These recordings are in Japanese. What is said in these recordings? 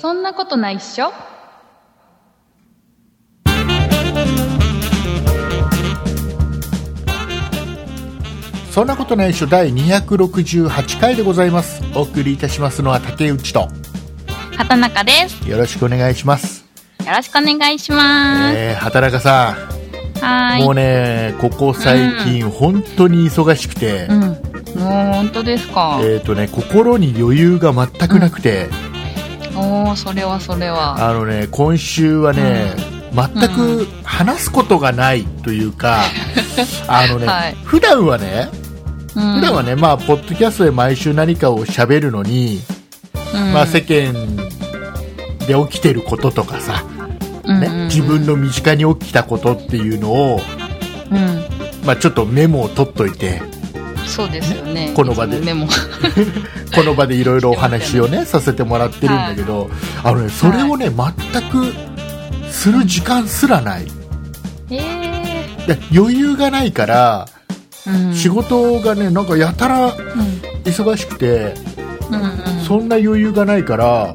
そんなことないっしょそんなことないっしょ第268回でございますお送りいたしますのは竹内と畑中ですよろしくお願いします、よろしくお願いします、えー、畑中さはーんいもうねここ最近本当に忙しくて、うんもう本当ですか、えっ、とね心に余裕が全くなくて、おおそれはそれはあのね今週はね、全うく話すことがないという か、あのね、はい普段はね、うん普段はね、まあ、ポッドキャストで毎週何かを喋るのに、うんまあ、世間で起きてることとかさ、うんねうん自分の身近に起きたことっていうのを、うんまあ、ちょっとメモを取っといてそうですよねこの場でいつもメ モこの場でいろいろお話をねさせてもらってるんだけど、あのね、それをね、全くする時間すらないええで余裕がないから、ーうん仕事がねなんかやたらうん忙しくて、うんうんそんな余裕がないから、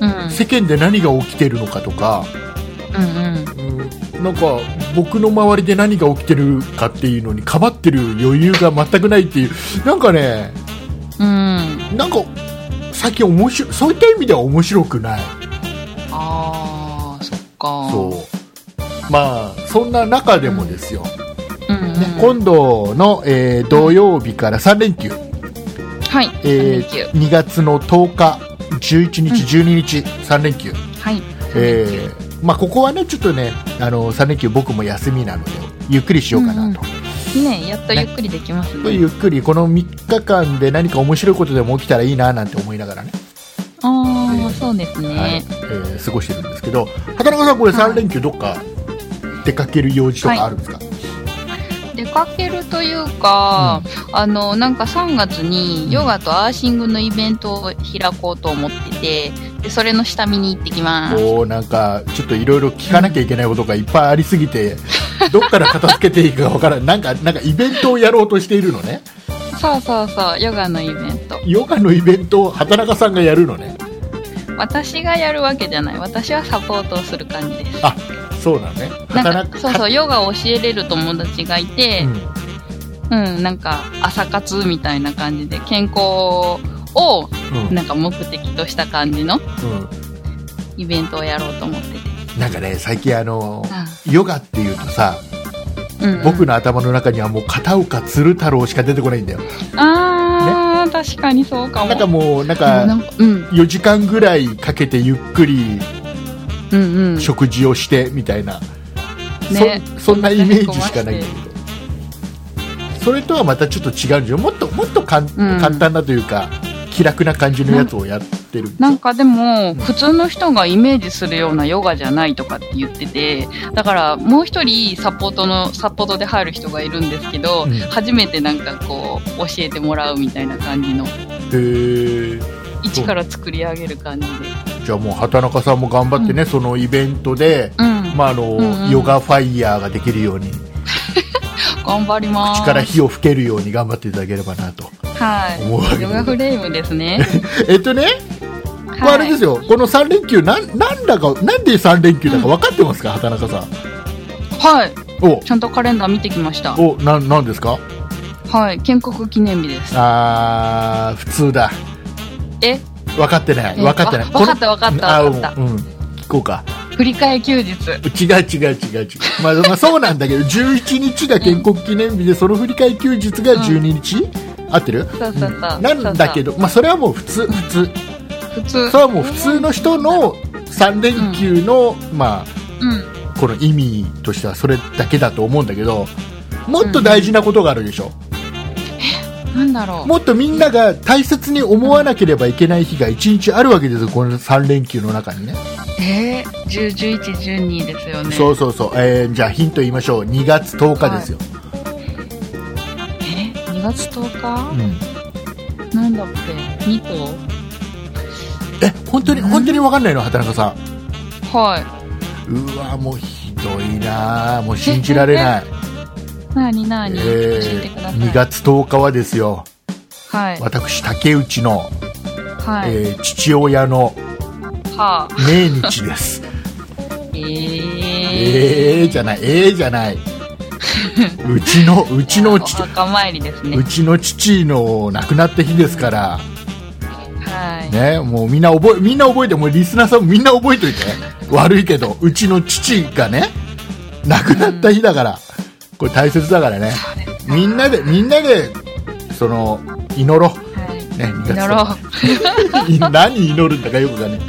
うん世間で何が起きてるのかとか、うんうんうんなんか僕の周りで何が起きてるかっていうのにかばってる余裕が全くないっていうなんかねうんなんか最近面白いそういった意味では面白くないああそっかそうまあそんな中でもですよ、うんうん、ね今度の、えー土曜日から3連休はい、えー3連2月の10日、11日、12日、3連休、休はい、えーまあ、ここはね、ちょっとね、あの3連休、僕も休みなので、ゆっくりしようかなと、ねやっとゆっくりできますねゆっくり、この3日間で何か面白いことでも起きたらいいななんて思いながらね、ああ、えーそうですね、はいえー過ごしてるんですけど、畑中さん、これ、はい3連休、どっか出かける用事とかあるんですか、出かけるというか、あのなんか3月にヨガとアーシングのイベントを開こうと思っててでそれの下見に行ってきますこうなんか、ちょっといろいろ聞かなきゃいけないことがいっぱいありす ぎて、どっから片付けていいかわからない、なんか、なんかイベントをやろうとしているのね。そうそうそうヨガのイベントヨガのイベントを畑中さんがやるのね私がやるわけじゃない私はサポートをする感じですあそうなのねなん働かくそうそうヨガを教えれる友達がいてうんうん、なんか朝活みたいな感じで健康をうんなんか目的とした感じのうイベントをやろうと思っててんなんかね最近あのあヨガっていうとさうんうん僕の頭の中にはもう片岡鶴太郎しか出てこないんだよあー、確かにそうかもなんかもうなんなかんかうん4時間ぐらいかけてゆっくりうんうん食事をしてみたいな、ねそそんなイメージしかないんだけどそれとはまたちょっと違うんじゃもっともっとかん、ん簡単なというか気楽な感じのやつをやってるなんかでも普通の人がイメージするようなヨガじゃないとかって言っててだからもう一人サポートのサポートで入る人がいるんですけど、うん初めてなんかこう教えてもらうみたいな感じのへー一から作り上げる感じでじゃあもう畑中さんも頑張ってね、そのイベントで、うん、まああのんうんヨガファイヤーができるように頑張ります力火を吹けるように頑張っていただければなと思うはわけいでヨガフレームですね えっとね、まあはいあれですよこの3連休なんなんだかなんで3連休だか分かってますか、畑中さんはいおちゃんとカレンダー見てきましたおななんですかはい建国記念日ですあー普通だえ分かってないえ分かってないあ分かった分かった分かったあうんうん聞こうか振り替え休日違う違う違う違う、まあ、まあそうなん だけど11日が建国記念日でその振り替え休日が12日、合ってるそうそうそうなんだけど、まあ、それはもう普通普通普通それはもう普通の人の3連休の、まうんあ、この意味としてはそれだけだと思うんだけどもっと大事なことがあるでしょ、なんだろうもっとみんなが大切に思わなければいけない日が1日あるわけですよこの3連休の中にねえー、10、11、12ですよね。そうそうそう、えーじゃあヒント言いましょう2月10日ですよ、え2月10日、うんなんだって ?2 頭え本当に本当に分かんないの畑中さはんうわもうひどいなもう信じられ ない、い。なになえに、教えてーください。 2月10日はですよはい。私竹内のはい。えー父親のはあ、命日です。ええええじゃない、ええじゃない。うちの、うちのお父、墓参りですねう。ちの父の亡くなった日ですかはら、い。ね、もうみんな覚え、みんな覚えて、もうリスナーさんもみんな覚えといて。悪いけど、うちの父がね、亡くなった日だから、これ大切だからね。みんなで、みんなで、その、祈ろう。はいね、2月祈ろう。何祈るんだ かよくわかんない。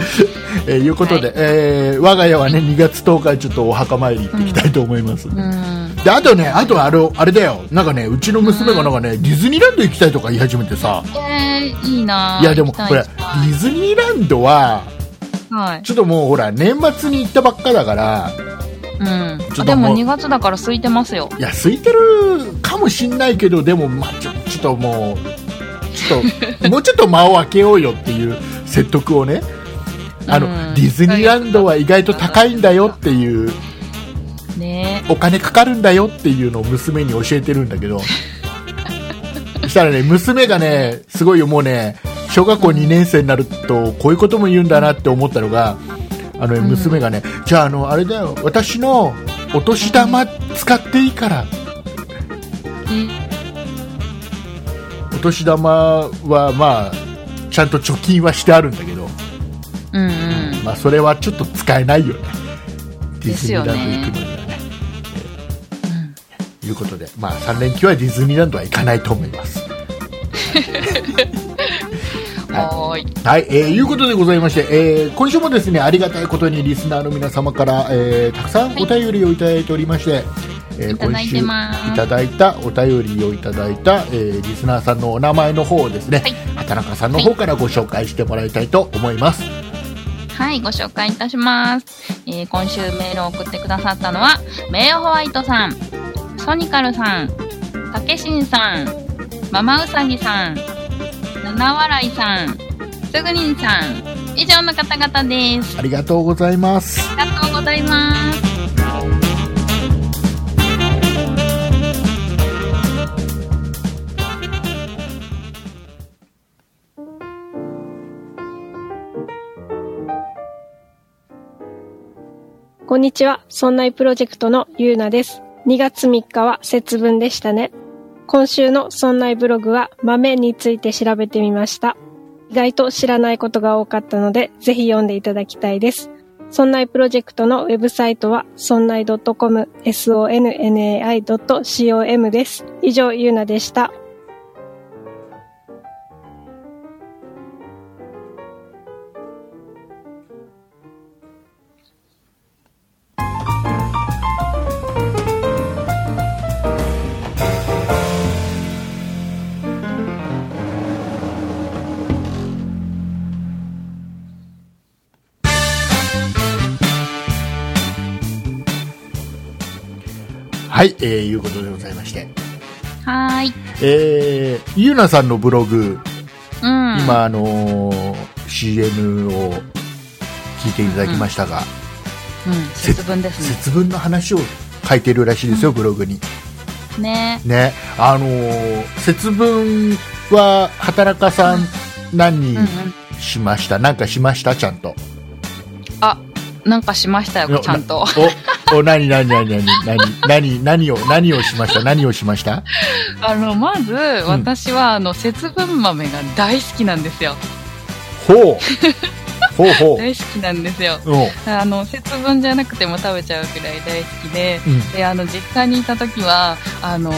えーいうことで、はいえー我が家はね、2月10日にちょっとお墓参り行ってきたいと思います。うん。で、あとね、あとあれ、あれだよ。なんかね、うちの娘がなんかね、ディズニーランド行きたいとか言い始めてさ。えー、いいないや、でも、行きたいこれ、行デきたいィズニーランドは、はい。ちょっともうほら、年末に行ったばっかだから、うん。ちょあっでともうも2月だから空いてますよ。いや、空いてるかもしんないけど、でも、まあ、ちょちょっともう、ちょっ と、もうちょっと間を空けようよっていう説得をね、あの、うんディズニーランドは意外と高いんだよっていう、ねお金かかるんだよっていうのを娘に教えてるん だけど、そしたらね、娘がね、すごいよ、もうね、小学校2年生になると、こういうことも言うんだなって思ったのが、あのね、うん娘がね、じゃあ、あの、あれだよ、私のお年玉使っていいから、お年玉はまあちゃんと貯金はしてあるんだけど、うんうん。まあ、それはちょっと使えないよねディでズすニーよラねンド行くのにはねということで、まあ、3連休はディズニーランドは行かないと思いますはーい。はい、えー、いうことでございまして、えー今週もですね、ありがたいことにリスナーの皆様から、えーたくさんお便りをいただいておりまして、えーいただいてますいただいたお便りをいただいた、えーリスナーさんのお名前の方をですね、はい畑中さんの方からご紹介してもらいたいと思います。はい、ご紹介いたします。えー今週メールを送ってくださったのは、名誉ホワイトさん、ソニカルさん、たけしんさん、ママウサギさん、七笑いさん、すぐにんさん、以上の方々です。ありがとうございます。ありがとうございます。こんにちは。そんないプロジェクトのゆうなです。2月3日は節分でしたね。今週のそんないブログは豆について調べてみました。意外と知らないことが多かったので、ぜひ読んでいただきたいです。そんないプロジェクトのウェブサイトは、そんない .com、sonnai.com です。以上、ゆうなでした。はい、えー、いうことでございまして、はーい。えー、ゆうなさんのブログ、うん。今、あのー CM を聞いていただきましたが、うん、節分です節分の話を書いてるらしいですよ、ブログに。ね。ね。ね、あのー節分は働かさん何うんにうん。しました、なんかしましたちゃんと。あ、なんかしましたよ、ちゃんと。お、お、何、何、何、何、何、何、何を、何をしました何をしました あの、まず、私は、あの、節分豆が大好きなんですよ。ほう。ほうほ 大好きなんですよ。う。うん。あの、節分じゃなくても食べちゃうくらい大好きで、うんで、あの、実家にいた時は、あのー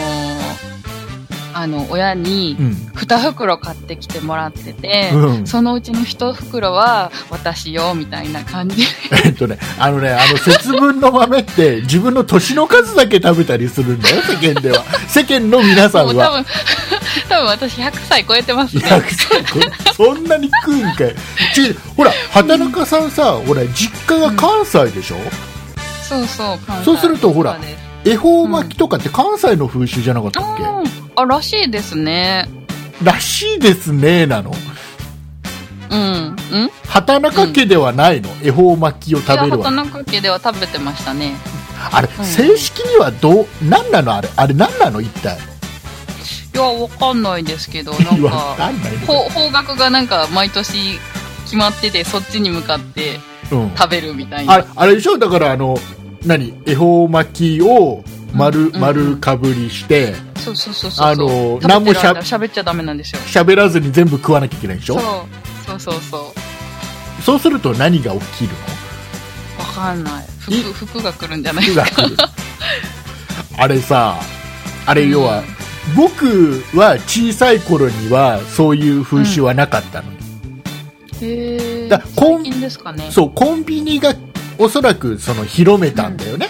あの、親にう、ん。二袋買ってきてもらってて、うんそのうちの一袋は私よ、みたいな感じ。えっとね、あのね、あの節分の豆って自分の年の数だけ食べたりするんだよ、世間では。世間の皆さもうん多は。分、 多分私100歳超えてますいね。や、そそんなに食うんかい。ちほら、畑中さんさ、ほら、実家が関西でしょ、そうそう。そうするとほらそうです恵方巻きとかって関西の風習じゃなかったっけ、あーあ、らしいですね。らしいですね、なの。うん。うん畑中家ではないの、恵方巻きを食べるじゃあ、わ。畑中家では食べてましたね。あれ、うん正式にはどう、なんなのあれ、あれなんなの一体。いや、わかんないですけど、なんわか、かんないの方方角がなんか毎年決まってて、そっちに向かってうん、食べるみたいあな。あれでしょだからあの何恵方巻きを丸,、うん丸かぶりしてそうそうそうそう。あの食べてる何もしゃ間喋っちゃダメなんですよ。喋らずに全部食わなきゃいけないでしそうょ。そうそうそそうすると何が起きるのう。わかんない。服い、服が来るんじゃない服でがすか。来るあれさあれ要は、うん僕は小さい頃にはそういう風習はなかったの、へえ。だこん最近ですかね。そうコンビニがおそらくその広めたんだよね、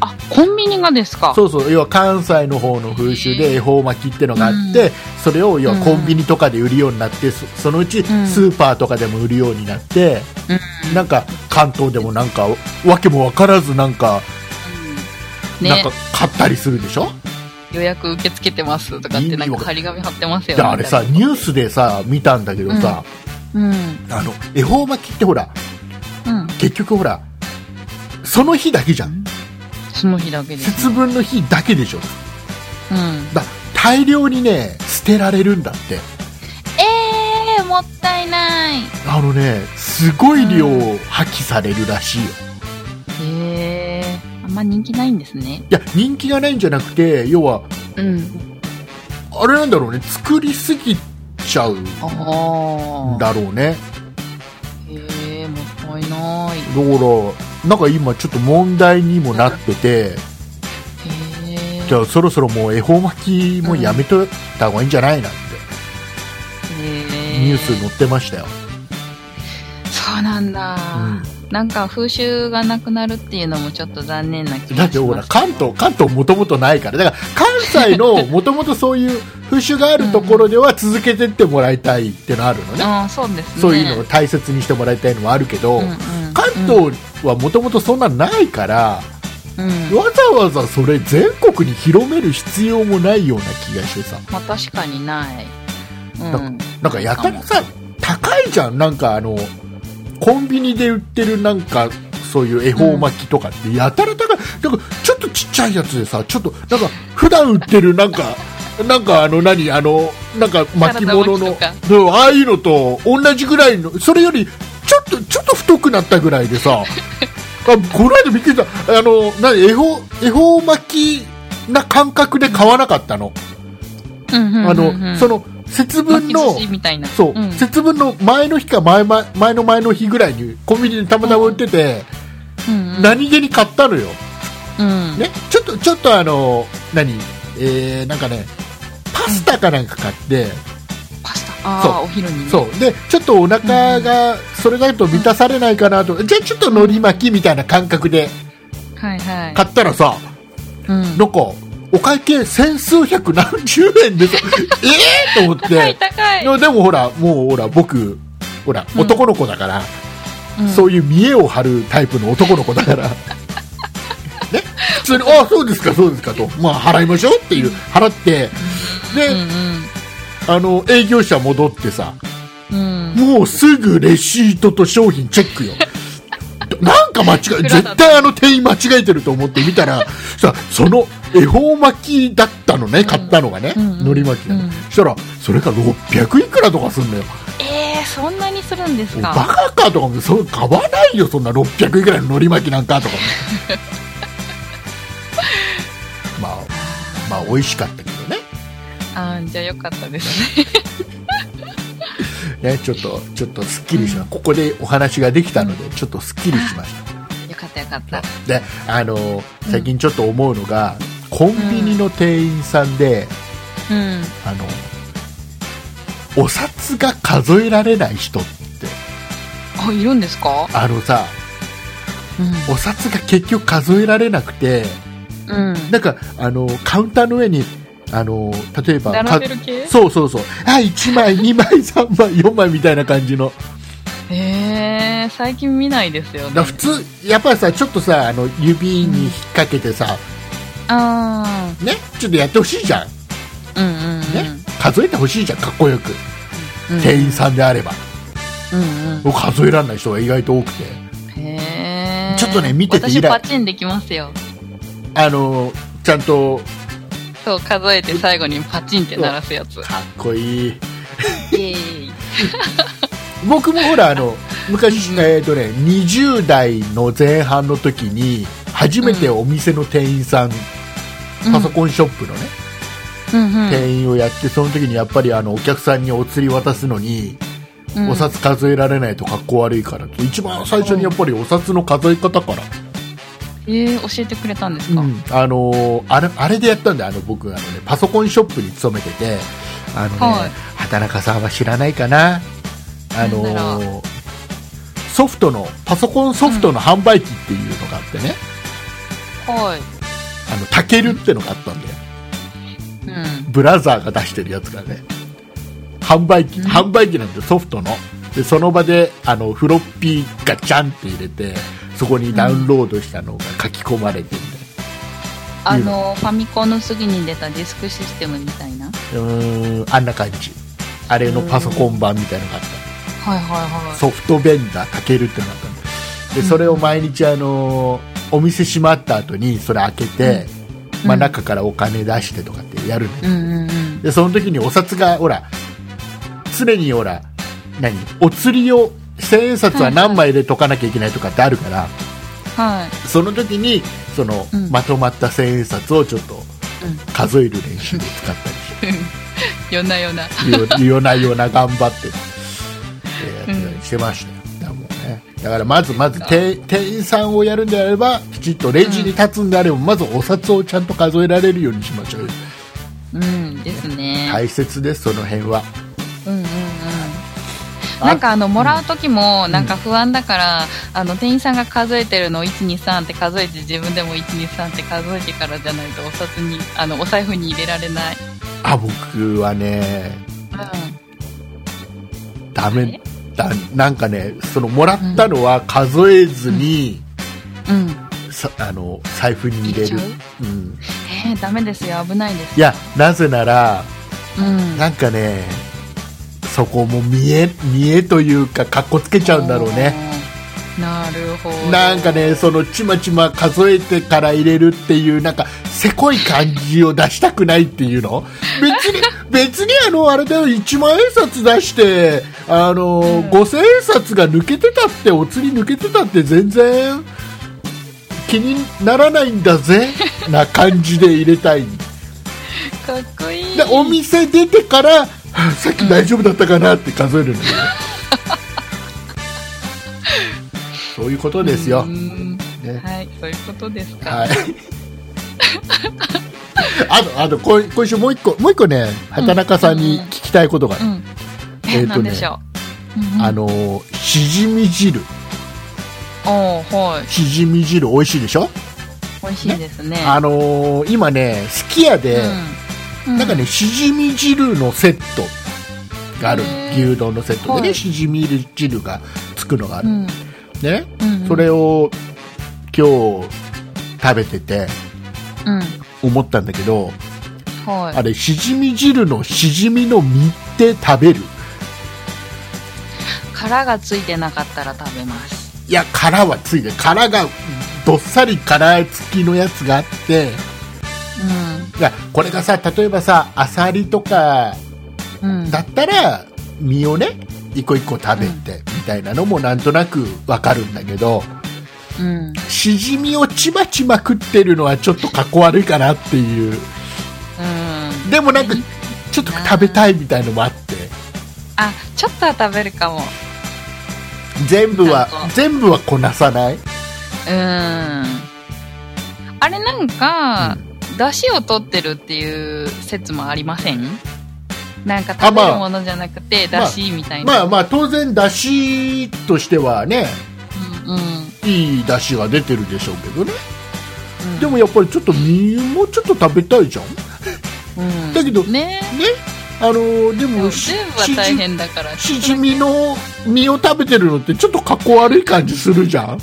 あ、コンビニがですか。そうそう要は関西の方の風習で恵方巻きってのがあって、それを要はコンビニとかで売るようになってそそのうちスんーパーとかでも売るようになって、うんなんか関東でもなんかわけも分からずなんか、うんねなんか買ったりするでしょ予約受け付けてますとかっ意て味わかなんんか張り紙貼ってますよでね。あれさニュースでさ見たんだけどさ、うん。あの恵方巻きってほらうん。結局ほらその日だけじゃんその日だけで。節分の日だけでしょうん。だ大量にね捨てられるんだってええー、もったいない。あのねすごい量破棄されるらしいよ、へえー。あんま人気ないんですね。いや人気がないんじゃなくて要はうん。あれなんだろうね作りすぎちゃうああ。だろうねへえー、もったいない。だからなんか今ちょっと問題にもなっててへえじー。ゃあそろそろもう恵方巻きもやめといた方がいいんじゃないなんてへーニュース載ってましたよ、そうなんだ、うんなんか風習がなくなるっていうのもちょっと残念な気がしますだってほら関東関東もともとないからだから関西 のもともとそういう風習があるところでは続けてってもらいたいってのあるのね、ああそうですねそういうのを大切にしてもらいたいのはあるけど、うんうん関東はもともとそんなないから、うん、うんわざわざそれ全国に広める必要もないような気がしてさまあ確かにない、うん、なんかやたらさ高いじゃんなんかあのコンビニで売ってるなんかそういう恵方巻きとかってやたら高い、なんかちょっとちっちゃいやつでさちょっとなんか普段売ってるなんかなんかあの何あのなんか巻物サラのダ巻うんああいうのと同じぐらいのそれよりちょっとちょっと太くなったぐらいでさあこの間びっくりしたあの何恵方恵方巻きな感覚で買わなかったの、うんうんうんうんあのその節分の巻き寿司みたいなそう、ん節分の前の日か前前前の前の日ぐらいにコンビニでたまたま売ってて、うんうん何気に買ったのよ、うんね、ちょっとちょっとあの何えー、なんかねパスタかなんか買って、パスタあそあお昼にねそうでちょっとお腹がそれだと満たされないかなと、じゃあちょっと海苔巻きみたいな感覚ではいはい買ったらさうんなんかお会計千数百何十円でさ え ーと思っ高いて高い、でもほらもうほら僕ほらうん男の子だから、うんそういう見栄を張るタイプの男の子だ から。ね、普通に、ああ、そうですか、そうですかと、まあ、払いましょうっていう、払って、で、うんあの、営業者戻ってさ、うんうんもうすぐレシートと商品チェックよ。 なんか間違え、絶対あの店員間違えてると思って見 たら、さ、その恵方巻きだったのね、買ったのがね、うんうん海苔巻きがねうんそしたら、それが600いくらとかすんのよ。えー、そんなにするんですバかカかとかもそう買わないよそんな600円ぐらいの海苔巻きなんかとか まあまあ美味しかったけどねあーじゃあよかったですねねちょっとちょっとすっきりしましたここでお話ができたのでちょっとすっきりしましたよかったよかったであのー最近ちょっと思うのが、コンビニの店員さんで、うんあのお札が数えられない人ってあいるんですかあのさうお札が結局数えられなくてんうんなんかあのカウンターの上にあの例えば並べる系かそうそうそうあ1枚2枚3枚4枚みたいな感じのえー、最近見ないですよねだ普通やっぱりさちょっとさあの指に引っ掛けてさ、あねちょっとやってほしいじゃん、ねあうんうんうん、数えてほしいじゃんかっこよく、うん店員さんであればうん僕数えられない人が意外と多くてうんへーちょっとね見てて以私来パチンできますよあのちゃんとそう数えて最後にパチンって鳴らすやつかっこいいイエーイ僕もほらあの昔、えーとね、20代の前半の時に初めてお店の店員さん、パソコンショップのね、うんうん店員をやってその時にやっぱりあのお客さんにお釣り渡すのに、うんお札数えられないとかっこ悪いからって一番最初にやっぱりお札の数え方から、えー、教えてくれたんですか、うんあのーあれあれでやったんだよあの僕あの、ね、パソコンショップに勤めててあの、ねはい畑中さんは知らないかな、あのーなんだソフトのパソコンソフトの販売機っていうのがあってね、はい、あのタケルってのがあったんだようんブラザーが出してるやつがね販売機うん販売機なんでソフトのでその場であのフロッピーガチャンって入れてそこにダウンロードしたのが書き込まれてみあのファミコンの次に出たディスクシステムみたいなはたいなうーんあんな感じあれのパソコン版みたいなのがあったいはいはソフトベンダーかけるってなったんででそれを毎日あのーお店閉まった後にそれ開けて、うんまあ、中からお金出してとかってやるのいうんうんうんでその時にお札がほら常にほら何お釣りを千円札は何枚で解かなきゃいけないとかってあるから、はいその時にその、うんまとまった千円札をちょっとうん数える練習で使ったりして夜な夜な 夜夜な夜な頑張って、えーやったりしてましたよ、だからもうねだからまずまず店店員さんをやるんであればきちっとレジに立つんであれば、まずお札をちゃんと数えられるようにしましょうようんですね、大切ですその辺はうんうんうんあなんかあのもらう時もなんか不安だから、あの店員さんが数えてるのを123って数えて自分でも123って数えてからじゃないとお札にあのお財布に入れられない、あ僕はねダメだなんかねそのもらったのは数えずに、うん、うん、さあの財布に入れる入れちうん、えー、ダメですよ危ないですいやなぜならうんなんかねそこも見え見えというかかっこつけちゃうんだろうねおーなるほどなんかねそのちまちま数えてから入れるっていうなんかせこい感じを出したくないっていうの別 に別にあのあれだよ1万円札出してあの、うん5000円札が抜けてたってお釣り抜けてたって全然気にならないん だぜな感じで入れたいかっこいいでお店出てからはあさっき大丈夫だったかなって数える のよ、そういうことですよ、うんねはいそういうことですか、はい。 あと、あと、こい今週もう一個、もう一個ね、畑中さんに聞きたいことがあうる。んええーとねなんでしょう、うんうん、あの、しじみ汁。おーはいしじみ汁美味しいでしょ、美味しいですねあのー今ね、すき家で、うん、なんかね、しじみ汁のセットがあるのへー牛丼のセットでね、はいしじみ汁がつくのがあうる。ん、ね。うん、それを、今日、食べてて、うん思ったんだけど、はいあれ、しじみ汁のしじみの身って食べる殻がついてなかったら食べますいや殻はついて殻がどっさり殻付きのやつがあっていやこれがさ例えばさアサリとかうんうんだったら身をね一個一個食べてみたいなのもなんとなくわかるんだけどうんしじみをちまちま食ってるのはちょっとかっこ悪いかなっていううんでもなんかちょっと食べたいみたいのもあってあちょっとは食べるかも全部はなんか全部はこなさないうんあれなんか、出汁を取ってるっていう説もありませんなんかあ食まあべるものじゃなくて、まあ出汁みたいな、まあまあ当然だしとしてはねうんうんいいだしが出てるでしょうけどねうんでもやっぱりちょっと身もちょっと食べたいじゃんねうんだけどねあのーででももし全部は大変だからしじしじみの身を食べてるのってちょっとかっこ悪い感じする じゃん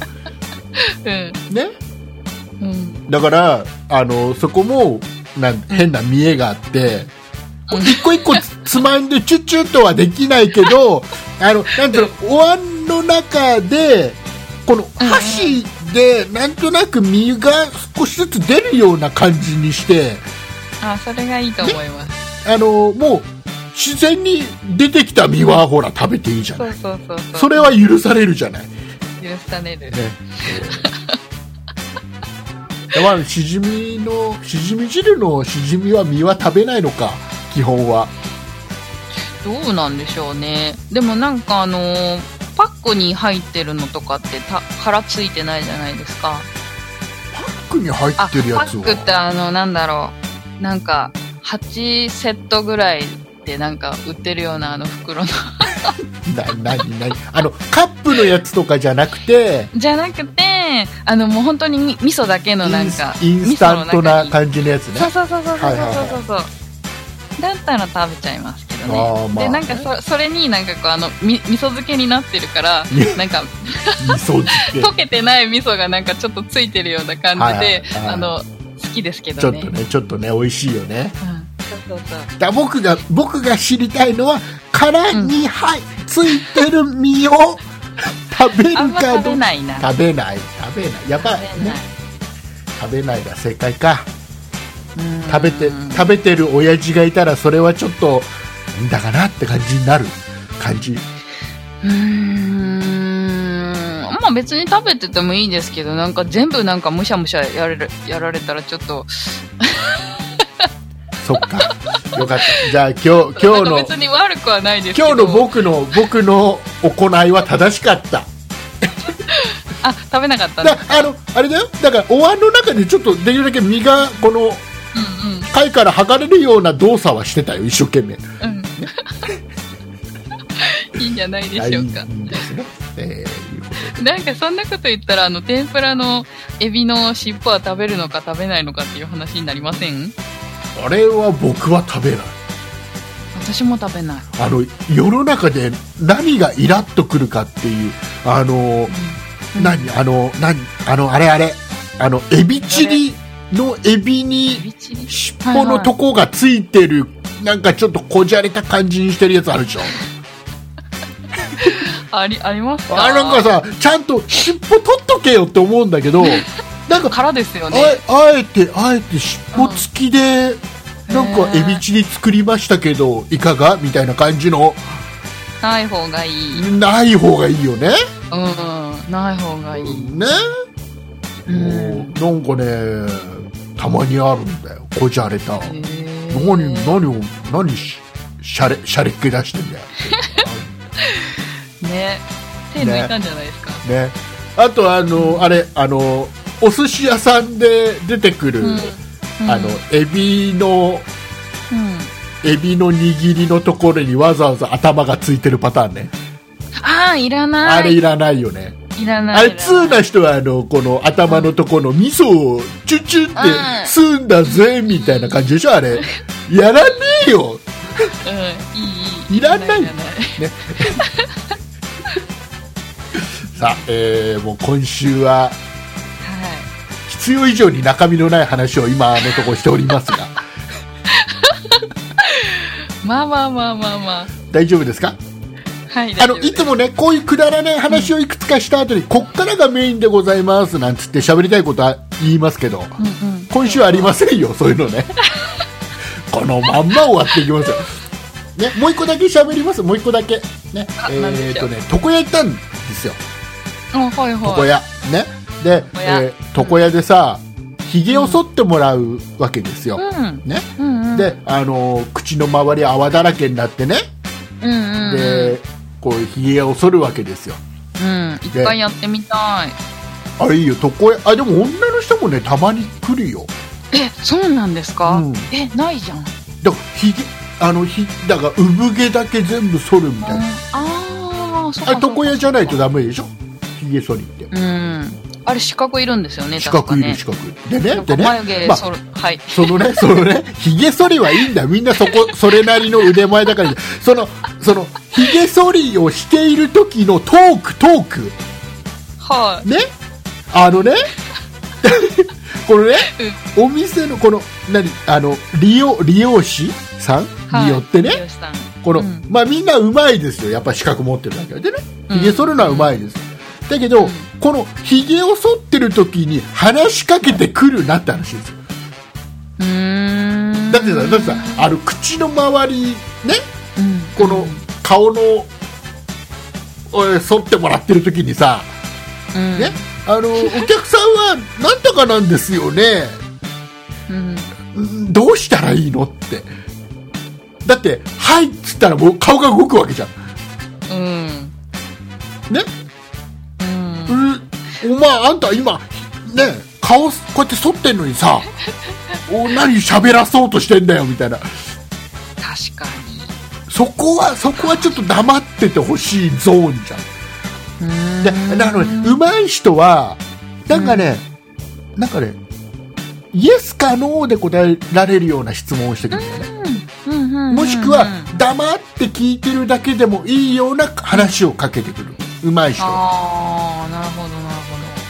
うんねうんだからあのーそこもなん変な見栄があってこう一個一個つ つまんでチュッチュッとはできないけどあのなんていうのお椀の中でこの箸でなんとなく身が少しずつ出るような感じにして、あそれがいいと思いますあのもう自然に出てきた実はほら食べていいじ ゃそなういそうそうそうそれは許されるじゃないね許されるだからしじみのしじみ汁のしじみは身は食べないのか基本はどうなんでしょうねでもなんかあのーパックに入ってるのとかってた殻ついてないじゃないですかパックに入あってるやつをパックってあのなんだろうなんか8セットぐらいでなんか売ってるようなあの袋の な何何あのカップのやつとかじゃなくてじゃなくてあのもう本当にみ味噌だけのなんかインインスタント味な噌の中に感じのやつねそうそうそうそうそうはいはいはいそうそうだったら食べちゃいますけどあねーまあでなんかそそれになんかこうあのみ味噌漬けになってるからいやなんか味噌漬け 溶けてない味噌がなんかちょっとついてるような感じで、はいはいはいあの好きですけちどょっねとねちょっとね美味しいよねうんそうそうそうだ僕が僕が知りたいのは殻に、はいついてる身を食べるあんまか食べどうかないな食べない食べないやっぱ食べねない食べないが正解かうん食べて食べてる親父がいたらそれはちょっとんだかなって感じになる感じうーんまあ別に食べててもいいですけどなんか全部なんかむしゃむしゃやれるやられたらちょっとそっ かよかったじゃあ今日今日なのんか別に悪くはないですけ今ど日の僕の僕の行いは正しかったあ食べなかったねだあのあれだよだからお椀の中でちょっとできるだけ身がこのう貝から剥がれるような動作はしてたよ一生懸命んうんうん いいんじゃないではいしいょういかですねえーいうことでなんかそんなこと言ったらあの天ぷらのエビの尻尾は食べるのか食べないのかっていう話になりませんあれは僕は食べない私も食べないあの世の中で何がイラッとくるかっていうあうのん何あの何あのあれあれあのエビチリのエビエビにチリ尻尾のとこがついてるなんかちょっとこじゃれた感じにしてるやつあるでしょありありますかあれなんかさちゃんと尻尾取っとけよって思うんだけどなんかからですよねああえてあえて尻尾付きで、なんかエビチリ作りましたけどいかがみたいな感じのない方がいいうんない方がいいよね、ない方がいいね、うんもうなんかねたまにあるんだよこじゃれた、へ何ー何を何ししゃれしゃれっ気出してんだよね手抜いたんじゃないですか、ねあとあのあれあのお寿司屋さんで出てくる、うんうんあのエビのうんエビの握りのところにわざわざ頭がついてるパターンね、ああいらないあれいらないよねいらないあいれらない通な人はあのこの頭のところの味噌をチュチュって吸うんだぜみたいな感じでしょあ れやらねえよ、うんいいいいらないいらないね、さあ、えーもう今週ははい必要以上に中身のない話を今のところしております がまあまあまあまあまあ大丈夫ですかはい大あ丈の夫ですいつもねこういうくだらない話をいくつかした後に、こっからがメインでございますなんつって喋りたいことは言いますけど、うんうん今週はありませんよそういうの ねこのまんま終わっていきますよ、ね、もう一個だけ喋りますもう一個だけねあえなんでー、しょとうね床屋行ったんですよあはいはい床屋ねで床屋えー床屋でさひげを剃ってもらうわけですよ、うんねうんうんであのー口の周り泡だらけになってねうんうんうんでこうひげを剃るわけですようん一回やってみたいあいいよ床屋あでも女の人もねたまに来るよえそうなんですか、うんえないじゃんだからひげあのひだから産毛だけ全部剃るみたいなああそっあかれ床屋じゃないとダメでしょひげ剃りってうんあれ資格いるんですよね四角いる確四か角いるねでねでなんか眉ね毛まあそる、はいその ねそのねひげ剃りはいいんだみんなそこそれなりの腕前だからいいそのそのひげ剃りをしている時のトークトークはねあのね このねい、うんお店のこの何あの利用利用師さんはいによってね、美容師さんこの、うんまあみんなうまいですよやっぱ資格持ってるだけでねうんひげ剃るのはうまいです、だけど、うんこのひげを剃ってる時に話しかけてくるなって話ですようーんだってさだってさあの口の周りねうんこの顔のえー剃ってもらってる時にさ、うんね、あのお客さんはなんとかなんですよねうんうんどうしたらいいのってだって「はい」っつったらもう顔が動くわけじゃんうんねうんうん、お前あんた今ね顔こうやって剃ってんの にさお何喋らそうとしてんだよみたいな確かにそこはそこはちょっと黙っててほしいゾーンじゃんうーんでだからね上手い人はなんかね、なんかねイエスかノーで答えられるような質問をしてくるんだよね、うんうんうんうんもしくは黙って聞いてるだけでもいいような話をかけてくる上手い人はああなるほどなる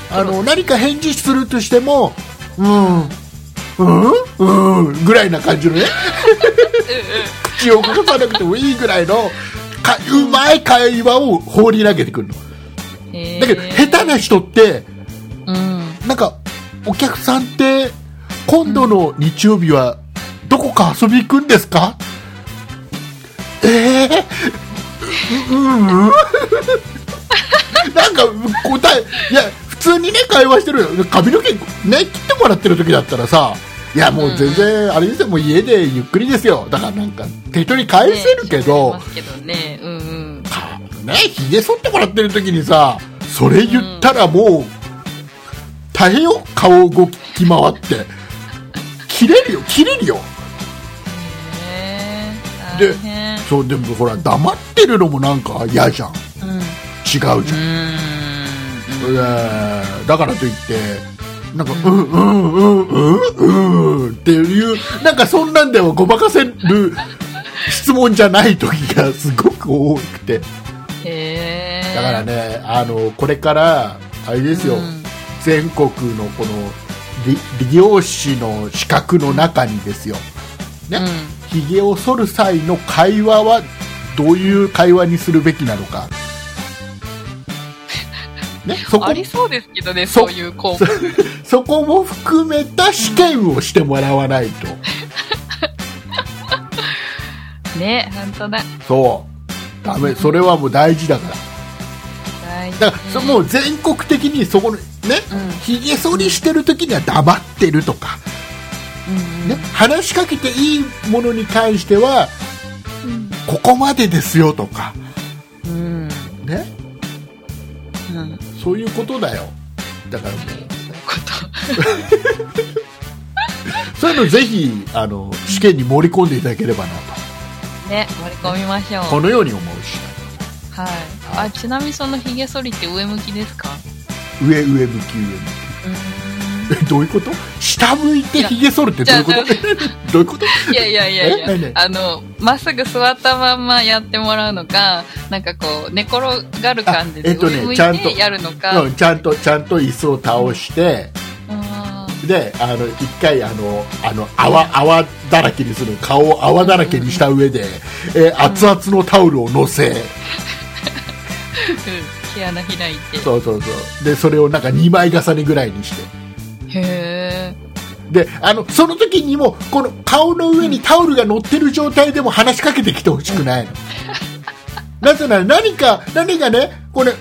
あの何か返事するとしてもうんうんうんぐらいな感じのね口を動かさなくてもいいぐらいのかうまい会話を放り投げてくるのほどへーだけど下手な人ってうんなんかお客さんって今度の日曜日はどこか遊び行くんですかええー、うんうんなんか答えいや普通にね会話してるよ髪の毛ね切ってもらってる時だったらさいやもう全然あれですよもう家でゆっくりですよだからなんか適当に返せるけねど、喋りますけどねうんうんかねひげ剃ってもらってる時にさそれ言ったらもう、大変よ顔を動き回って切れるよ切れるよへーで大変そうでもほら黙ってるのもなんか嫌じゃんう違んうじゃん、うーんえーだからといってなんかうんうんうんうんうんっていうなんかそんなんではごまかせる質問じゃない時がすごく多くてへえだからねあのこれからあれですよ、うん全国のこのり理容師の資格の中にですよねうひげ、髭を剃る際の会話はどういう会話にするべきなのか、 ね、そん、こありそうですけどねそそういう項目そこも含めた試験をしてもらわないと、ね本当だそうダメそれはもう大事だから大事だから、そもう全国的にそこのねうんひげ剃りしてる時には黙ってるとか、うんね、話しかけていいものに関しては、ここまでですよとか、うんね、うんうんそういうことだよだからもことうそういうのぜひあの試験に盛り込んでいただければなね盛り込みましょうとこのように思うしはいあちなみにそのひげ剃りって上向きですか上上向き上向きえどういうこと下向いてひげ剃るってどういうこいやと どういうこといやいやいやえい何や々あのまっすぐ座ったまんまやってもらうのかなんかこう寝転がる感じあでえっとね上向いちゃんとてやるのか、うんちゃんとちゃんと椅子を倒してあであの一回あのあの泡泡だらけにする顔を泡だらけにした上で、えー熱々のタオルを乗せ、ーうん毛穴開いてそうそうそうでそれをなんか2枚重ねぐらいにしてへえであのその時にもこの顔の上にタオルが乗ってる状態でも話しかけてきてほしくない の、なぜなら何か何かねこれ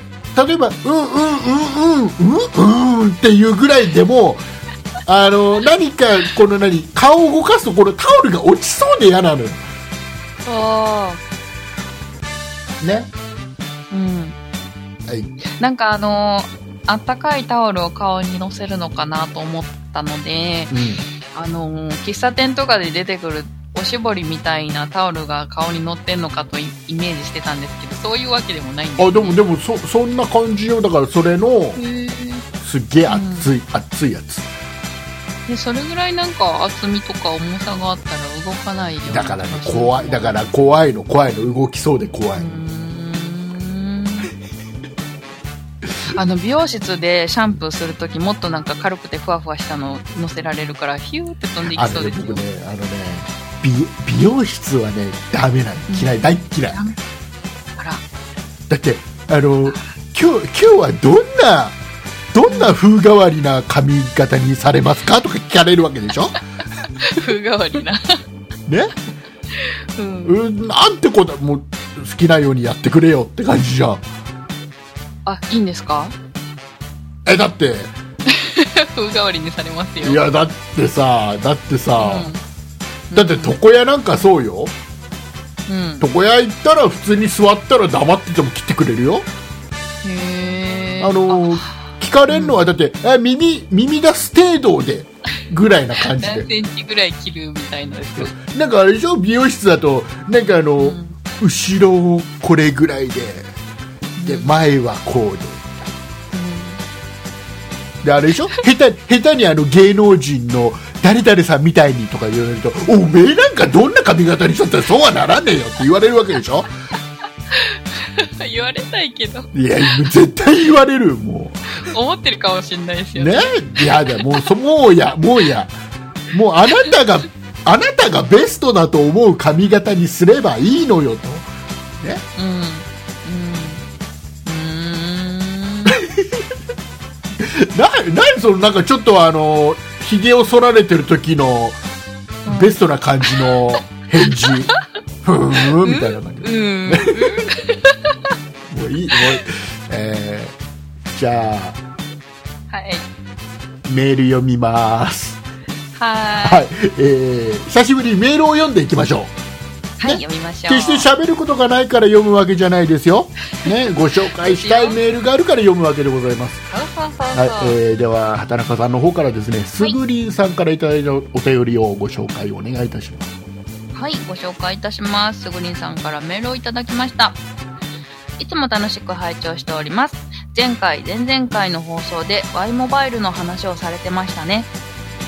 例えば「うんうんうんうんうんうん」っていうぐらいでもあの何かこの何顔を動かすとこのタオルが落ちそうで嫌なのよあねあうんはいなんかあのーあったかいタオルを顔にのせるのかなと思ったので、あのー喫茶店とかで出てくるおしぼりみたいなタオルが顔に乗ってんのかとイイメージしてたんですけど、そういうわけでもないんです、あでもでもそそんな感じよだからそれのへーすっげえ熱い、熱いやつでそれぐらいなんか厚みとか重さがあったら動かないようなだからね気がします怖いだから怖いの怖いの動きそうで怖い、うーん あの美容室でシャンプーするときもっとなんか軽くてふわふわしたの乗せられるからヒューって飛んでいあきそのうねです僕よねあのね美美容室はねダメなの嫌い大っ嫌いダメあらだってあの今日今日はどんなどんな風変わりな髪型にさ れ ますかとか聞かれるわけでしょ風変わりなねうんうん、なんてこともう好きなようにやってくれよって感じじゃんあ、いいんですか えだって風変わりにされますよ。いやだってさだってさ、うんだって床屋なんかそうようん。床屋行ったら普通に座ったら黙ってても切ってくれるよへーあのー聞かれるのはだって、あ耳耳出す程度でぐらいな感じ何でセンチぐらい切るみたいなですよ。なんかあれでしょ美容室だとなんかあの、ん後ろをこれぐらいでで前はこうでであれでしょ下手下手にあの芸能人の誰々さんみたいにとか言われるとおめえなんかどんな髪型にしちゃったらそうはならねえよって言われるわけでしょ 言われたいけど、いや絶対言われるも思ってるかもしれないですうよね。ねいやだもうそもうやもうやもうあなたがあなたがベストだと思う髪型にすればいいのよとうん。うん。うーん。な何そのなんかちょっとあのひげを剃られてる時のベストな感じの返 事ふーんみたいな感じうん。もういい、もう、えー、じゃあ、はい。メール読みます。はーい。はい、えー、久しぶりにメールを読んでいきましょう。はい、読みましょう。決して喋ることがないから読むわけじゃないで すよ。ね、ご紹介したいメールがあるから読むわけでございます。そうそうそうそう。はい、えー、では、畑中さんの方からですね、すぐりんさんからいただいたお便りをご紹介お願いいたします。はい、ご紹介いたします。すぐりんさんからメールをいただきました。いつも楽しく拝聴しております。前回、前々回の放送で Y モバイルの話をされてましたね。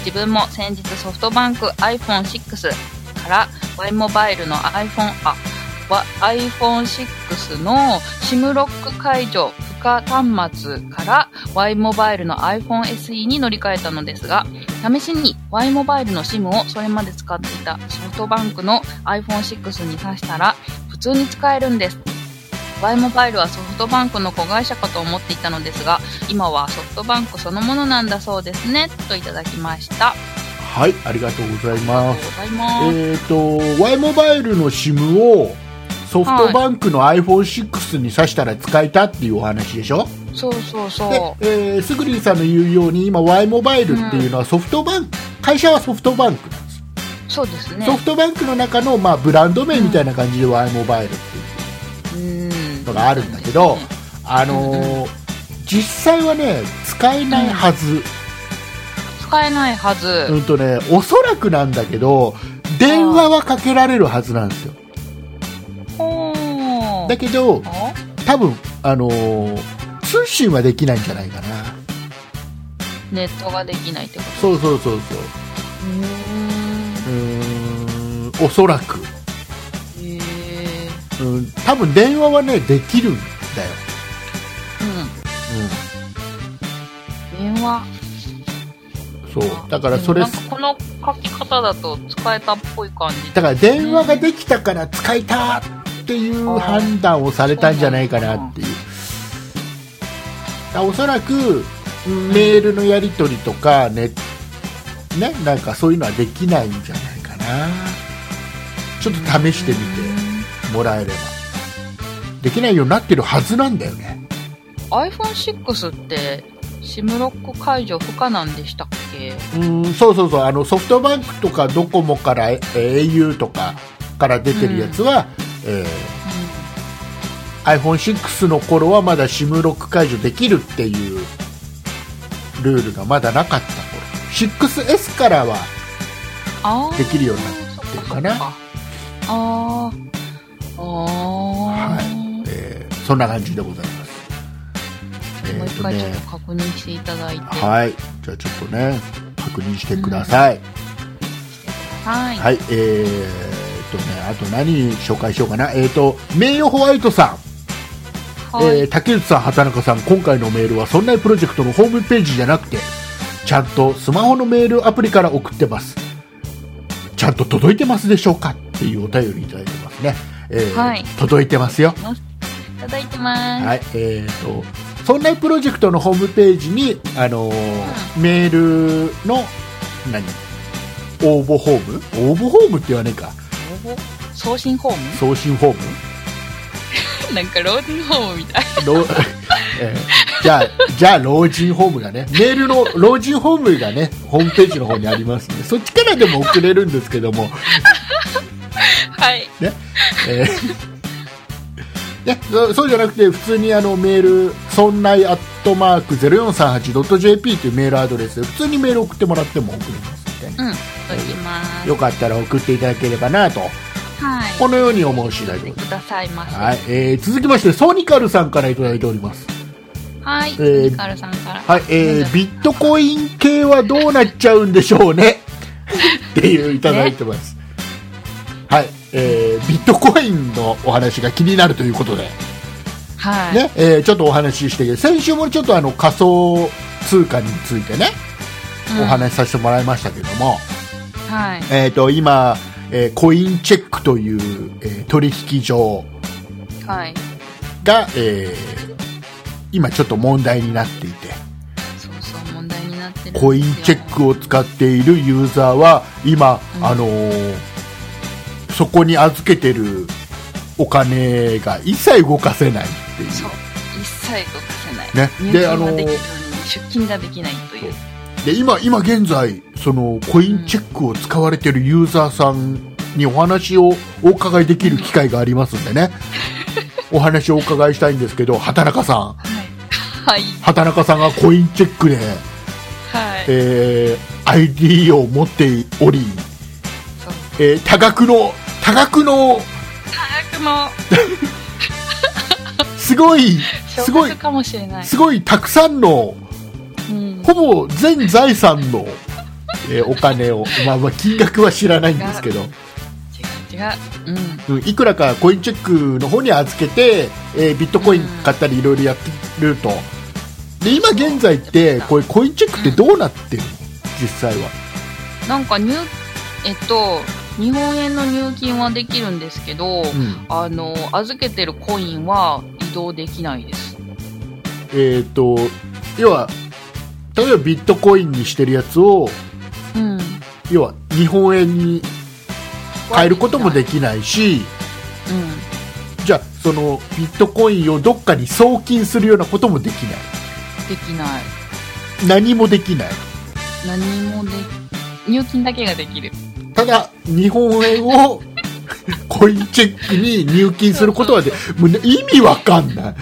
自分も先日ソフトバンク iPhone6 から Y モバイルの iPhone、あ、わ iPhone6 の SIM ロック解除不可端末から Y モバイルの iPhoneSE に乗り換えたのですが、試しに Y モバイルの SIM をそれまで使っていたソフトバンクの iPhone6 に挿したら普通に使えるんです Y モバイルはソフトバンクの子会社かと思っていたのですが今はソフトバンクそのものなんだそうですねといただきましたあはい、ありがとうございりまがとす。うございます、えっ、と、Y モバイルの SIM をソフトバンクの iPhone6 に挿したら使えたっていうお話でしょ、そうそうでそ、えー、スグリンさんの言うように今 Y モバイルっていうのはソフトバンク、会社はソフトバンクなんです、うそうですねソフトバンクの中の、まあ、ブランド名みたいな感じで Y モバイルっていううんのがあるんだけど、あのー実際はね使えないはず、使えないはず、うんとね、おそらくなんだけど電話はかけられるはずなんですよほーだけどあ多分あのー通信はできないんじゃないかなネットができないってこそうそうそうそとううーんうーんおそらくへえうん、多分電話はねできるんだよ、うん電話うん、そうだからそれなんかこの書き方だと使えたっぽい感じだから電話ができたから使いたっていう判断をされたんじゃないかなっていうだからおそらくメールのやり取りとかねねなんかそういうのはできないんじゃないかなちょっと試してみてもらえればできないようになってるはずなんだよね iPhone6 って SIM ロック解除不可なんでしたっけうーんそうそうそうあのソフトバンクとかドコモからえ au とかから出てるやつは、えー iPhone6 の頃はまだ SIM ロック解除できるっていうルールがまだなかった頃 6S からはああできるようになってるかなああーあーはえーそんな感じでございますもうえっ一と回ちょねっと確認していただいていはいじゃあちょっとね確認してください、はい、はいえー、っとねあと何紹介しようかなえーっと名誉ホワイトさんはいえー竹内さん、畑中さん、今回のメールはそんなプロジェクトのホームページじゃなくて、ちゃんとスマホのメールアプリから送ってます。ちゃんと届いてますでしょうかっていうお便りいただいてますね。えーはい届いてますよ。いただいてます、はい、えー、と、そんなプロジェクトのホームページに、あのーメールの、何応募ホーム応募ホームって言わねえか。応募送信ホーム送信ホーム なんか老人ホームみたい。老えーじゃあじゃあ老人ホームがねメールの老人ホームがねホームページの方にありますんでそっちからでも送れるんですけどもはい。えーね、そそうじゃなくて普通にあのメール「そんない」「アットマーク 0438.jp」というメールアドレスで普通にメール送ってもらっても送れますので、うん。届きます。よかったら送っていただければなとはい。このように思う次第で送ごってざいくださいま。ますす、ははいえー続きましてソニカルさんからいただいておりますい。えーミカルさんから。はい、えー、ビットコイン系はどうなっちゃうんでしょうねっていういただいてます、はい、えー、ビットコインのお話が気になるということではい。ねえーちょっとお話しして先週もちょっとあの仮想通貨についてね、うんお話しさせてもらいましたけども、はい。えー、と今、えーコインチェックという、えー取引所はい。が、えー今ちょっと問題になっていてそうそう、問題になってるんですよ。コインチェックを使っているユーザーは今、うんあのーそこに預けてるお金が一切動かせないっていう。そう。一切動かせない。ね入で金あがのできずに出金ができないという。で今今現在そのコインチェックを使われているユーザーさんにお話をお伺いできる機会がありますん でねお話をお伺いしたいんですけど畑中さんはい。畑中さんがコインチェックで、はい。はい。えー ID を持っており、そう。えー多額の多額の多額のすごいすすごごいいかもしれない。すごいたくさんのうん。ほぼ全財産の、えーお金を、まあ、まあ金額は知らないんですけど違う違う。うん。うんいくらかコインチェックの方に預けて、えービットコイン買ったりいろいろやってるとで今現在ってこういうコインチェックってどうなってるの実際はなんか入、えっと、日本円の入金はできるんですけど、うんあの、預けてるコインは移動できないです。えっ、と要は例えばビットコインにしてるやつをうん。要は日本円に変えることもできないしう。じゃあそのビットコインをどっかに送金するようなこともできなんできない。い何もできない何もで、入金だけができる。ただ日本円を コインチェックに入金することはでもうね意味わかんない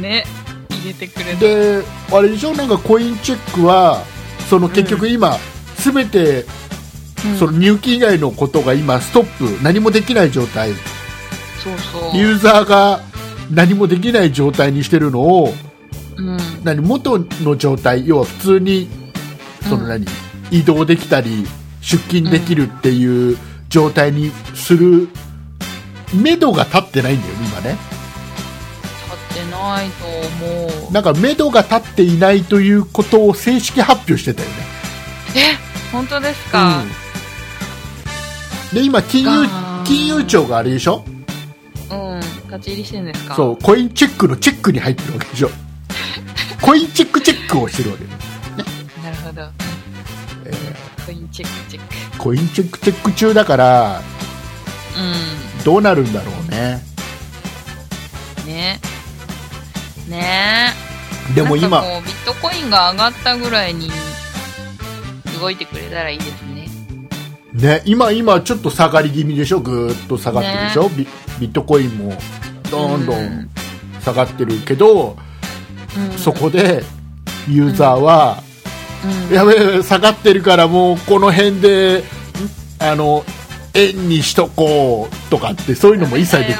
ね。入れてくれる。であれでしょなんかコインチェックはその結局今、全てうんその入金以外のことが今ストップ何もできない状態そうそう。ユーザーが何もできない状態にしてるのをうん。何元の状態要は普通にそのうん何、移動できたり出勤できるっていう状態にする目処が立ってないんだよ今ね立ってないと思う。なんか目処が立っていないということを正式発表してたよね、え、本当ですか、うん、で今金融が金融庁があれでしょうん、立ち入りしてんですかそうコインチェックのチェックに入ってるわけ でしょコインチェックチェックをしてるわけなるほど。コインチェックチェック。コインチェックチェック中だからどうなるんだろうねうん。ね。ねでもなん今かこうビットコインが上がったぐらいに動いてくれたらいいですね。ね、今、今、ちょっと下がり気味でしょ、ぐーっと下がってるでしょ、ビビットコインもどんどん下がってるけど、うんそこでユーザーは、うんやべえ、下がってるから、もうこの辺で、んあの円にしとこうとかって、そういうのも一切できない、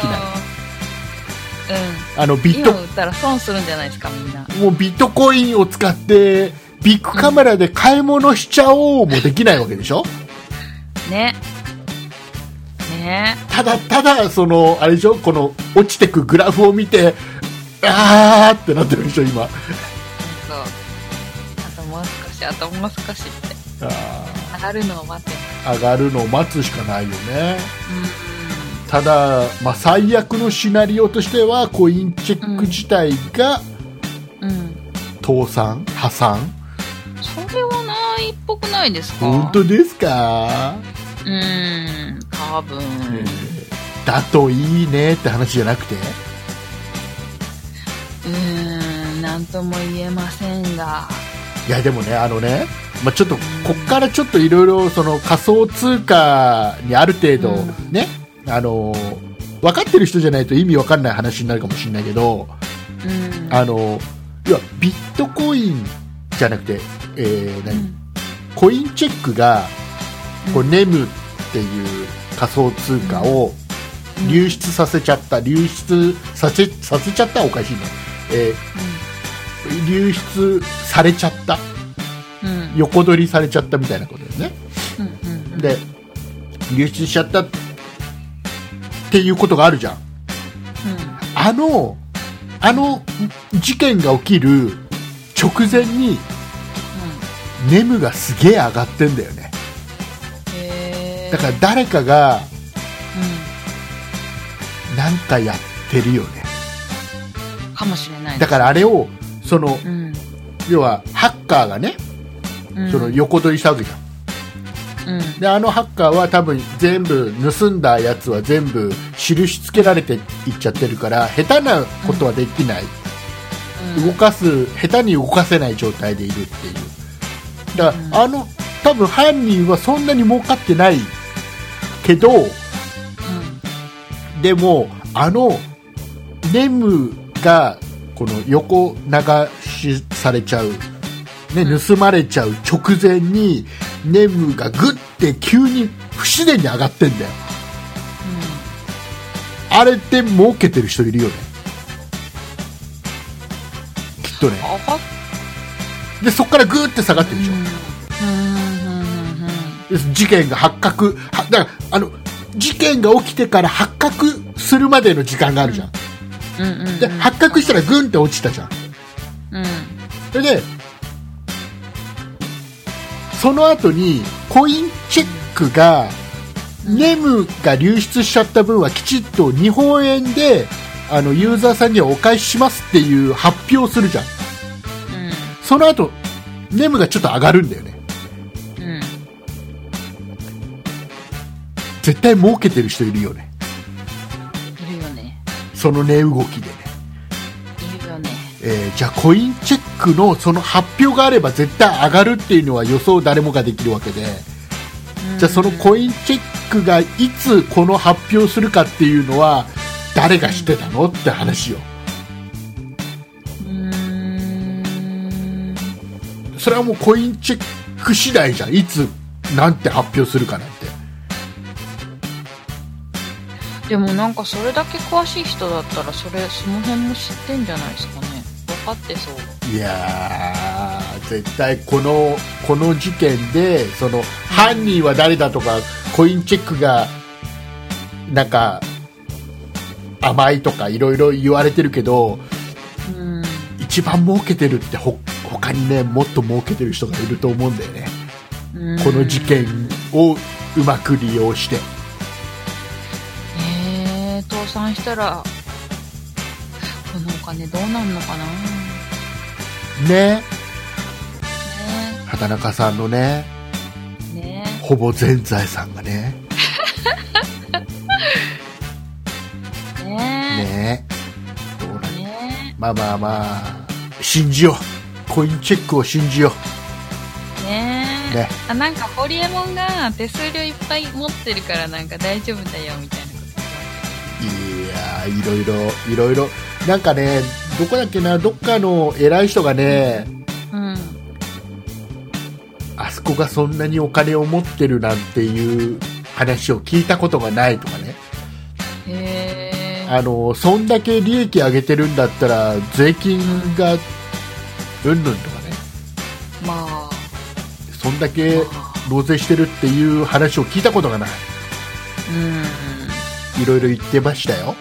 あのビうん。ッ今ト売ったら損するんじゃないですか、みんな。もうビットコインを使って、ビッグカメラで買い物しちゃおうもできないわけでしょ。ね。ね。ただただそのあれでしょこの落ちてくグラフを見てあーってなってるでしょそ今う。あともう少し、あともう少しって。あ上がるのを待って。ー上がるのを待つしかないよねうただ、まあ、最悪のシナリオとしてはコインチェック自体がん。うん。倒産破産それはないっぽくないですか本当ですか、うーん、多分。だといいねって話じゃなくてうーん、なんとも言えませんが。いやでもねあのね、まあ、ちょっとこっからちょっといろいろその仮想通貨にある程度うんね、あの分かってる人じゃないと意味わかんない話になるかもしれないけど、うん。あのいやビットコインじゃなくて、えーう何んコインチェックがこううんネムっていう仮想通貨をうん流出させちゃった流出させさせちゃったはおかしいね、えー流出されちゃったうん。横取りされちゃったみたいなことですねうんうんうんで流出しちゃったっていうことがあるじゃんあのあの事件が起きる直前にネムがすげえ上がってんだよねだから誰かがなんかやってるよねら、かもしれないだからあれをそのら、うん。要はハッカーがねそのうん、横取りしたわけじゃんであのハッカーは多分全部盗んだやつは全部印つけられていっちゃってるから下手なことはできない、うん動かす下手に動かせない状態でいるっていうだから、あの多分犯人はそんなに儲かってないけどでもあのネムがこの横流しされちゃう、ね、うん盗まれちゃう直前にネムがグッて急に不自然に上がってんだよあれって儲けてる人いるよねきっとねあかっでそっからグーって下がってるでしょ、事件が発覚はだからあの事件が起きてから発覚するまでの時間があるじゃん、で発覚したらグンって落ちたじゃんそれでその後にコインチェックがネムが流出しちゃった分はきちっと日本円であのユーザーさんにはお返ししますっていう発表をするじゃんその後ネムがちょっと上がるんだよね絶対儲けてる人いるよねいるよねその値動きでねいるよねえーじゃあコインチェックのその発表があれば絶対上がるっていうのは予想誰もができるわけでじゃあそのコインチェックがいつこの発表するかっていうのは誰がしてたのって話ようんそれはもうコインチェック次第じゃんいつなんて発表するかなんてでもなんかそれだけ詳しい人だったらそれその辺も知ってんじゃないですかね分かってそういやー絶対このこの事件でその犯人は誰だとかコインチェックがなんか甘いとかいろいろ言われてるけどうん一番儲けてるってほ他にねもっと儲けてる人がいると思うんだよねこの事件をうまく利用してえー、倒産したらこのお金どうなんのかなねね畑中さんのねねほぼ全財産がねねねねどうなるねまあまあまあ信じようコインチェックを信じようねねあなんかホリエモンが手数料いっぱい持ってるからなんか大丈夫だよみたいなこといやーいろいろいろいろなんかねどこだっけなどっかの偉い人が言われねてあそこがそんなにお金を持ってるなんていう話を聞いたことがないとかねうんへえあのそんだけ利益上げてるんだったら税金がうんぬんとかねまあそんだけ納税してるっていう話を聞いたことがないうんいろいろ言ってましたよ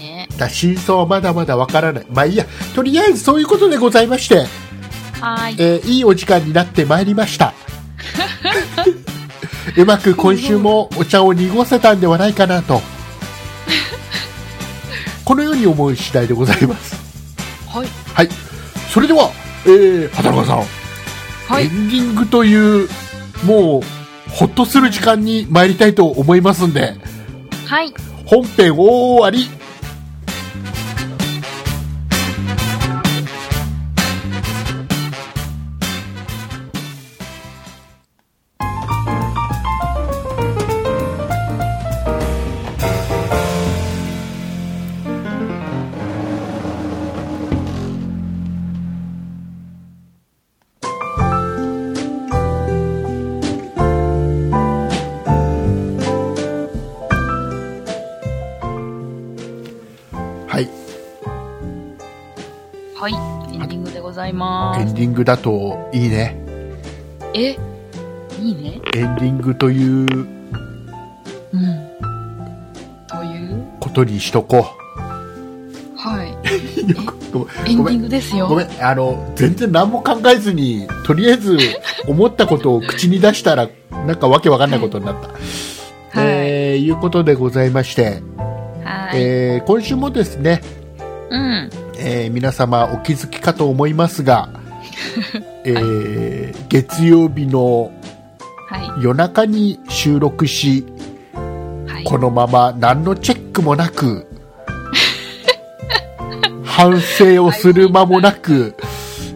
ねだ真相はまだまだわからないまあいいやとりあえずそういうことでございましてはーいえーいいお時間になってまいりました うまく今週もお茶を濁せたんではないかな とこのように思う次第でございますはいはいそれでは、えー、畑中さんはいエンディングというもうほっとする時間に参りたいと思いますんではい。本編終わりはいはい。エンディングでございエまンディングだといいねす。えいいね。エンディングといううん。ということにしとこはうごい。めエんン ごデめィんングですよ。ごめんあの全然何も考えずにとりあえず思ったことを口に出したらなんかわけわかんないことになった、はい。えーいうことでございまして、はい、えー今週もですね、うん。えー皆様お気づきかと思いま すが、えー月曜日のは夜中に収録しい。はい。このまま何のチェックもなく 反省をする間もなく、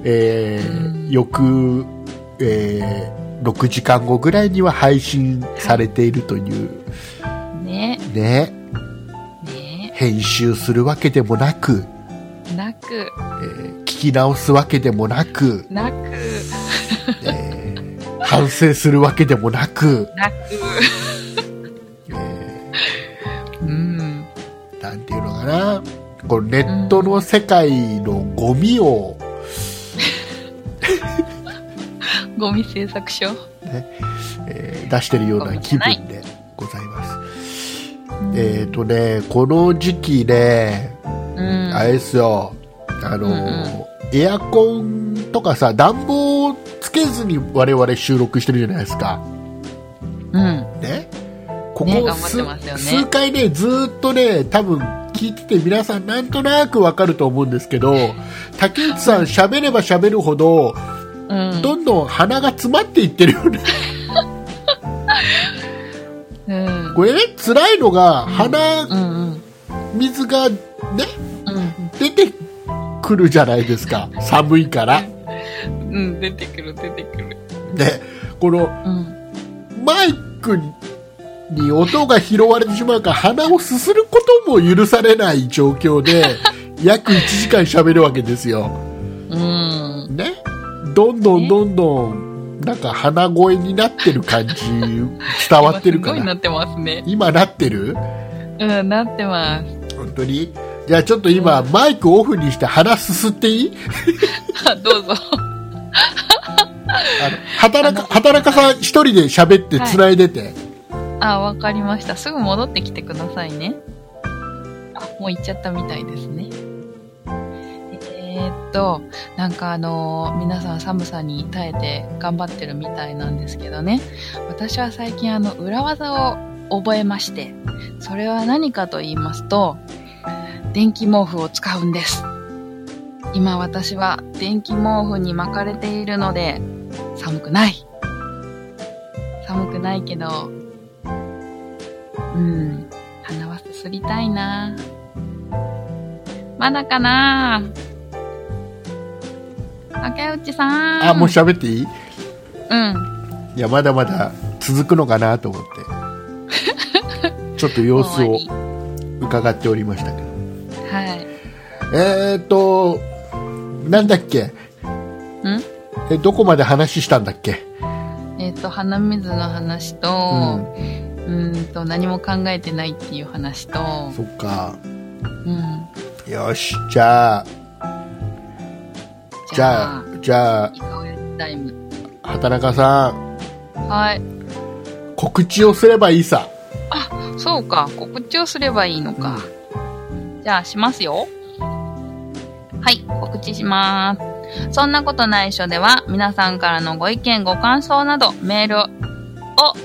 えー翌、えー6時間後ぐらいには配信されているというね。ね。ね編集するわけでもなく、なく、えー聞き直すわけでもなく、なく、えー反省するわけでもなく、なく。えうん。ーなんていうのかなこうネットの世界のゴミを、ゴミ製作所。えー出してるような気分でございます。えっ、とね、この時期ね、うん。あれですよ、あの、うんうんエアコンとかさ、暖房をつけずに我々収録してるじゃないですか。うん。ね、こねこ頑張っ数,、てますよね数回ね、ずーっとね、多分聞いてて皆さんなんとなくわかると思うんですけど、竹内さん喋れば喋るほど、うん。どんどん鼻が詰まっていってるよね。うん。これね、辛いのが、う鼻んうん。水がね、うん出てくるじゃないですか。寒いから。ね、うん。出てくる、出てくる。このうん。マイクに音が拾われてしまうから、鼻をすすることも許されない状 況で、約1時間喋るわけですよ。うん。ね、どんどんどんどん、なんか鼻声になってる感じ、伝わってるか今すごいなな。ってますね。今なってるうん、なってます。本当にじゃあちょっと今、マイクオフにして鼻すすっていいあどうぞ。あの働か、働かさん一人で喋ってはい繋いでて。あ、わかりました。すぐ戻ってきてくださいね。あ、もう行っちゃったみたいですね。えーっと、なんかあのー皆さん寒さに耐えて頑張ってるみたいなんですけどね。私は最近あの、裏技を覚えまして、それは何かと言いますと、電気毛布を使うんです。今私は電気毛布に巻かれているので、寒くない。寒くないけど、うん。鼻はすすりたいなまだかな竹内さん。あ、もう喋っていいうん。いや、まだまだ続くのか なと思って。ちょっと様子を終わ伺っておりましたけど。りはい。えーっと、なんだっけんえ、どこまで話したんだっけえっ、と、鼻水の話と、うん、んと、何も考えてないっていう話と、そっか。うん。よし、じゃあ、じじゃゃああ、、じゃあい、かおやつタイム。畑中さん、はい。告知をすればいいさ。そうか、告知をすればいいのか。じゃあ、しますよ。はい、告知します。そんなことないっしょでは、皆さんからのご意見、ご感想など、メールを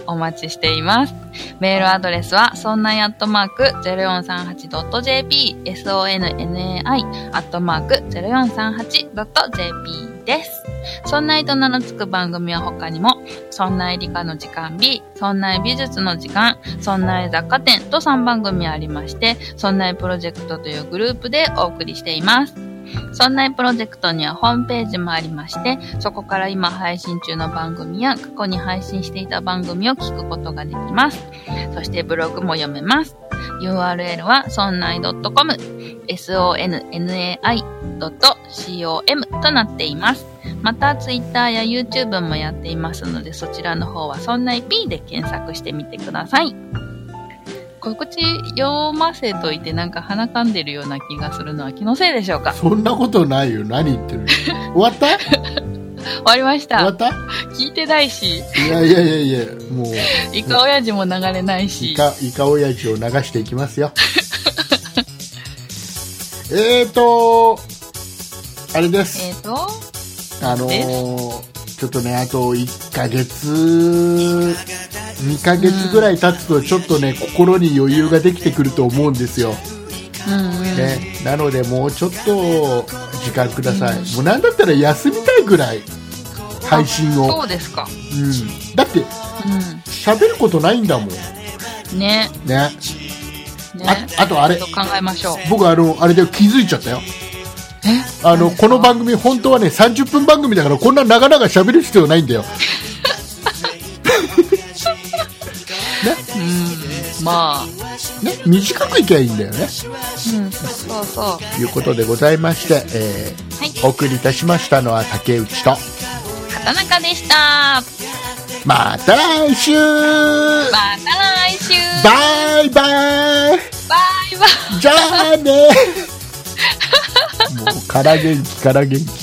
お待ちしています。メールアドレスは、そんないアットマーク 0438.jp、sonnai アットマーク 0438.jp です。そんないと名の付く番組は他にも、そんない理科の時間 B、そんない美術の時間、そんない雑貨店と3番組ありまして、そんないプロジェクトというグループでお送りしています。そんないプロジェクトにはホームページもありまして、そこから今配信中の番組や過去に配信していた番組を聞くことができます。そしてブログも読めます。URL はそんない .com、sonnai.com となっています。また、Twitter や YouTube もやっていますので、そちらの方はそんない P で検索してみてください。告知読ませといてなんか鼻かんでるような気がするのは気のせいでしょうかそんなことないよ何言ってる終 わった終終わりましわたった聞いてないしいやいやいやいやもうイカ親父も流れないイしカイカ親父を流していきますよ えーとあれですえっ、とあのーちょっとねあと1ヶ月2ヶ月ぐらい経つとちょっとね心に余裕ができてくると思うんですよ、うんうん、ね、なのでもうちょっと時間ください、もうなんだったら休みたいぐらい配信をそうですかうん、だってう喋ることないんだもんんねねねああとあれちょっと考えましょう僕あのあれで気づいちゃったよえあのこの番組本当はね30分番組だからこんな長々喋る必要ないんだようんまあね短くいけばいいんだよねうんそうそうはということでございまして、えいーお送りいたしましたのは竹内と畑中でしたまた来週バまた来週イバイバイバイじゃあねもうから元気から元気